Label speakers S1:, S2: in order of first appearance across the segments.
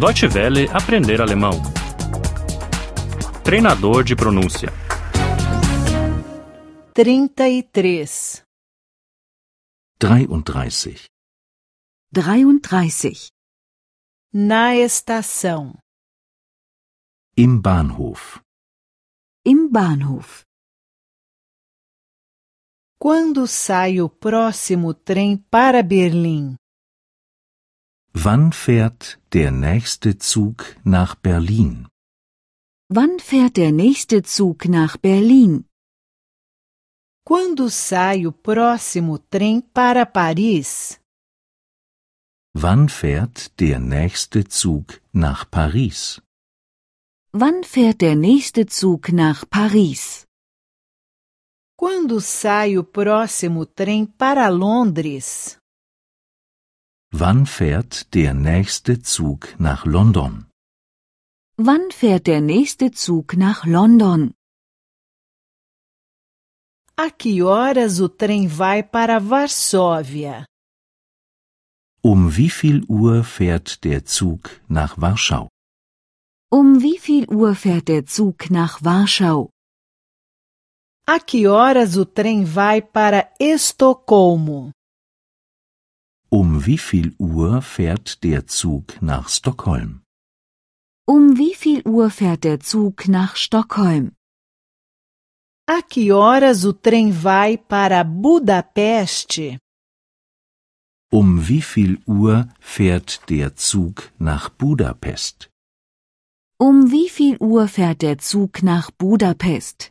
S1: Deutsche Welle aprender alemão. Treinador de pronúncia.
S2: 33.
S3: 33.
S4: 33.
S2: Na estação.
S3: Im Bahnhof.
S4: Im Bahnhof.
S2: Quando sai o próximo trem para Berlim?
S3: Wann fährt der nächste Zug nach Berlin?
S4: Wann fährt der nächste Zug nach Berlin?
S2: Quando sai o próximo trem para Paris?
S3: Wann fährt der nächste Zug nach Paris?
S4: Wann fährt der nächste Zug nach Paris?
S2: Quando sai o próximo trem para Londres?
S3: Wann fährt der nächste Zug nach London?
S4: Wann fährt der nächste Zug nach London?
S2: A que horas o trem vai para Varsóvia?
S3: Um wie viel Uhr fährt der Zug nach Warschau?
S4: Um wie viel Uhr fährt der Zug nach Warschau?
S2: A que horas o trem vai para Estocolmo?
S3: Um wie viel Uhr fährt der Zug nach Stockholm?
S4: Um wie viel Uhr fährt der Zug nach Stockholm?
S2: A que horas o trem vai para Budapeste?
S3: Um wie viel Uhr fährt der Zug nach Budapest?
S4: Um wie viel Uhr fährt der Zug nach Budapest?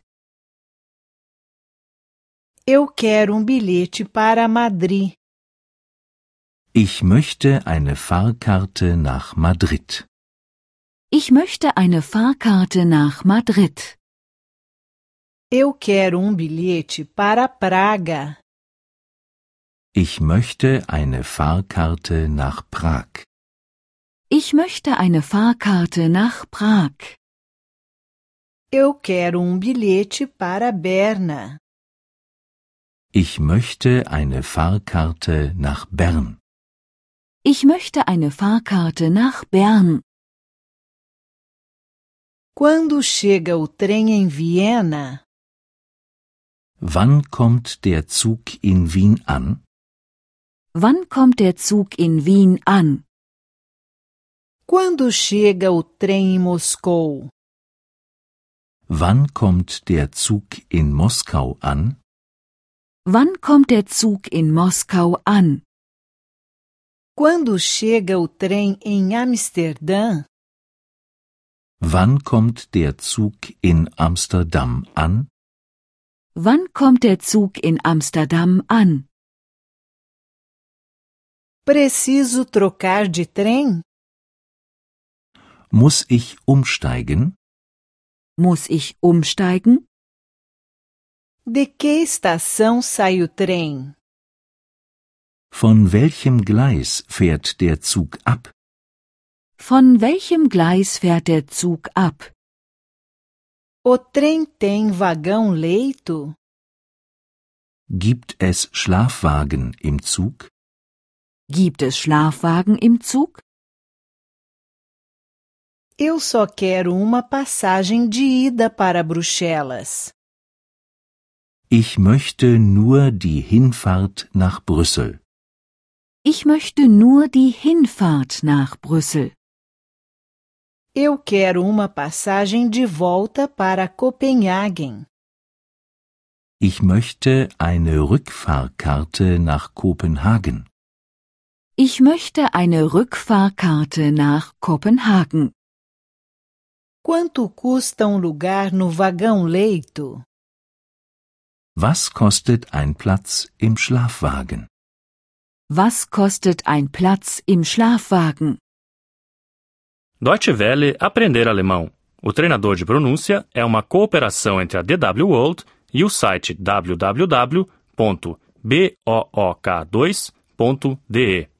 S2: Eu quero um bilhete para Madrid.
S3: Ich möchte eine Fahrkarte nach Madrid.
S4: Ich möchte eine Fahrkarte nach Madrid.
S2: Eu quero um bilhete para Praga.
S3: Ich möchte eine Fahrkarte nach Prag.
S4: Ich möchte eine Fahrkarte nach Prag.
S2: Eu quero um bilhete para Berna.
S3: Ich möchte eine Fahrkarte nach Bern.
S4: Ich möchte eine Fahrkarte nach Bern.
S2: Quando chega o trem em Viena?
S3: Wann kommt der Zug in Wien an?
S4: Wann kommt der Zug in Wien an?
S2: Quando chega o trem em Moscou?
S3: Wann kommt der Zug in Moskau an?
S4: Wann kommt der Zug in Moskau an?
S2: Quando chega o trem em Amsterdã?
S3: Wann kommt der Zug in Amsterdam an?
S4: Wann kommt der Zug in Amsterdam an?
S2: Preciso trocar de trem?
S3: Muss ich umsteigen?
S4: Muss ich umsteigen?
S2: De que estação sai o trem?
S3: Von welchem Gleis fährt der Zug ab?
S4: Von welchem Gleis fährt der Zug ab?
S2: O trem tem vagão-leito?
S3: Gibt es Schlafwagen im Zug?
S4: Gibt es Schlafwagen im Zug?
S2: Eu só quero uma passagem de ida para Bruxelas.
S3: Ich möchte nur die Hinfahrt nach Brüssel.
S4: Ich möchte nur die Hinfahrt nach Brüssel.
S2: Eu quero uma passagem de volta para Copenhagen.
S3: Ich möchte eine Rückfahrkarte nach Kopenhagen.
S4: Ich möchte eine Rückfahrkarte nach Kopenhagen.
S2: Quanto custa um lugar no vagão-leito?
S3: Was kostet ein Platz im Schlafwagen?
S4: Was kostet ein Platz im Schlafwagen?
S1: Deutsche Welle aprender alemão. O treinador de pronúncia é uma cooperação entre a DW World e o site www.book2.de.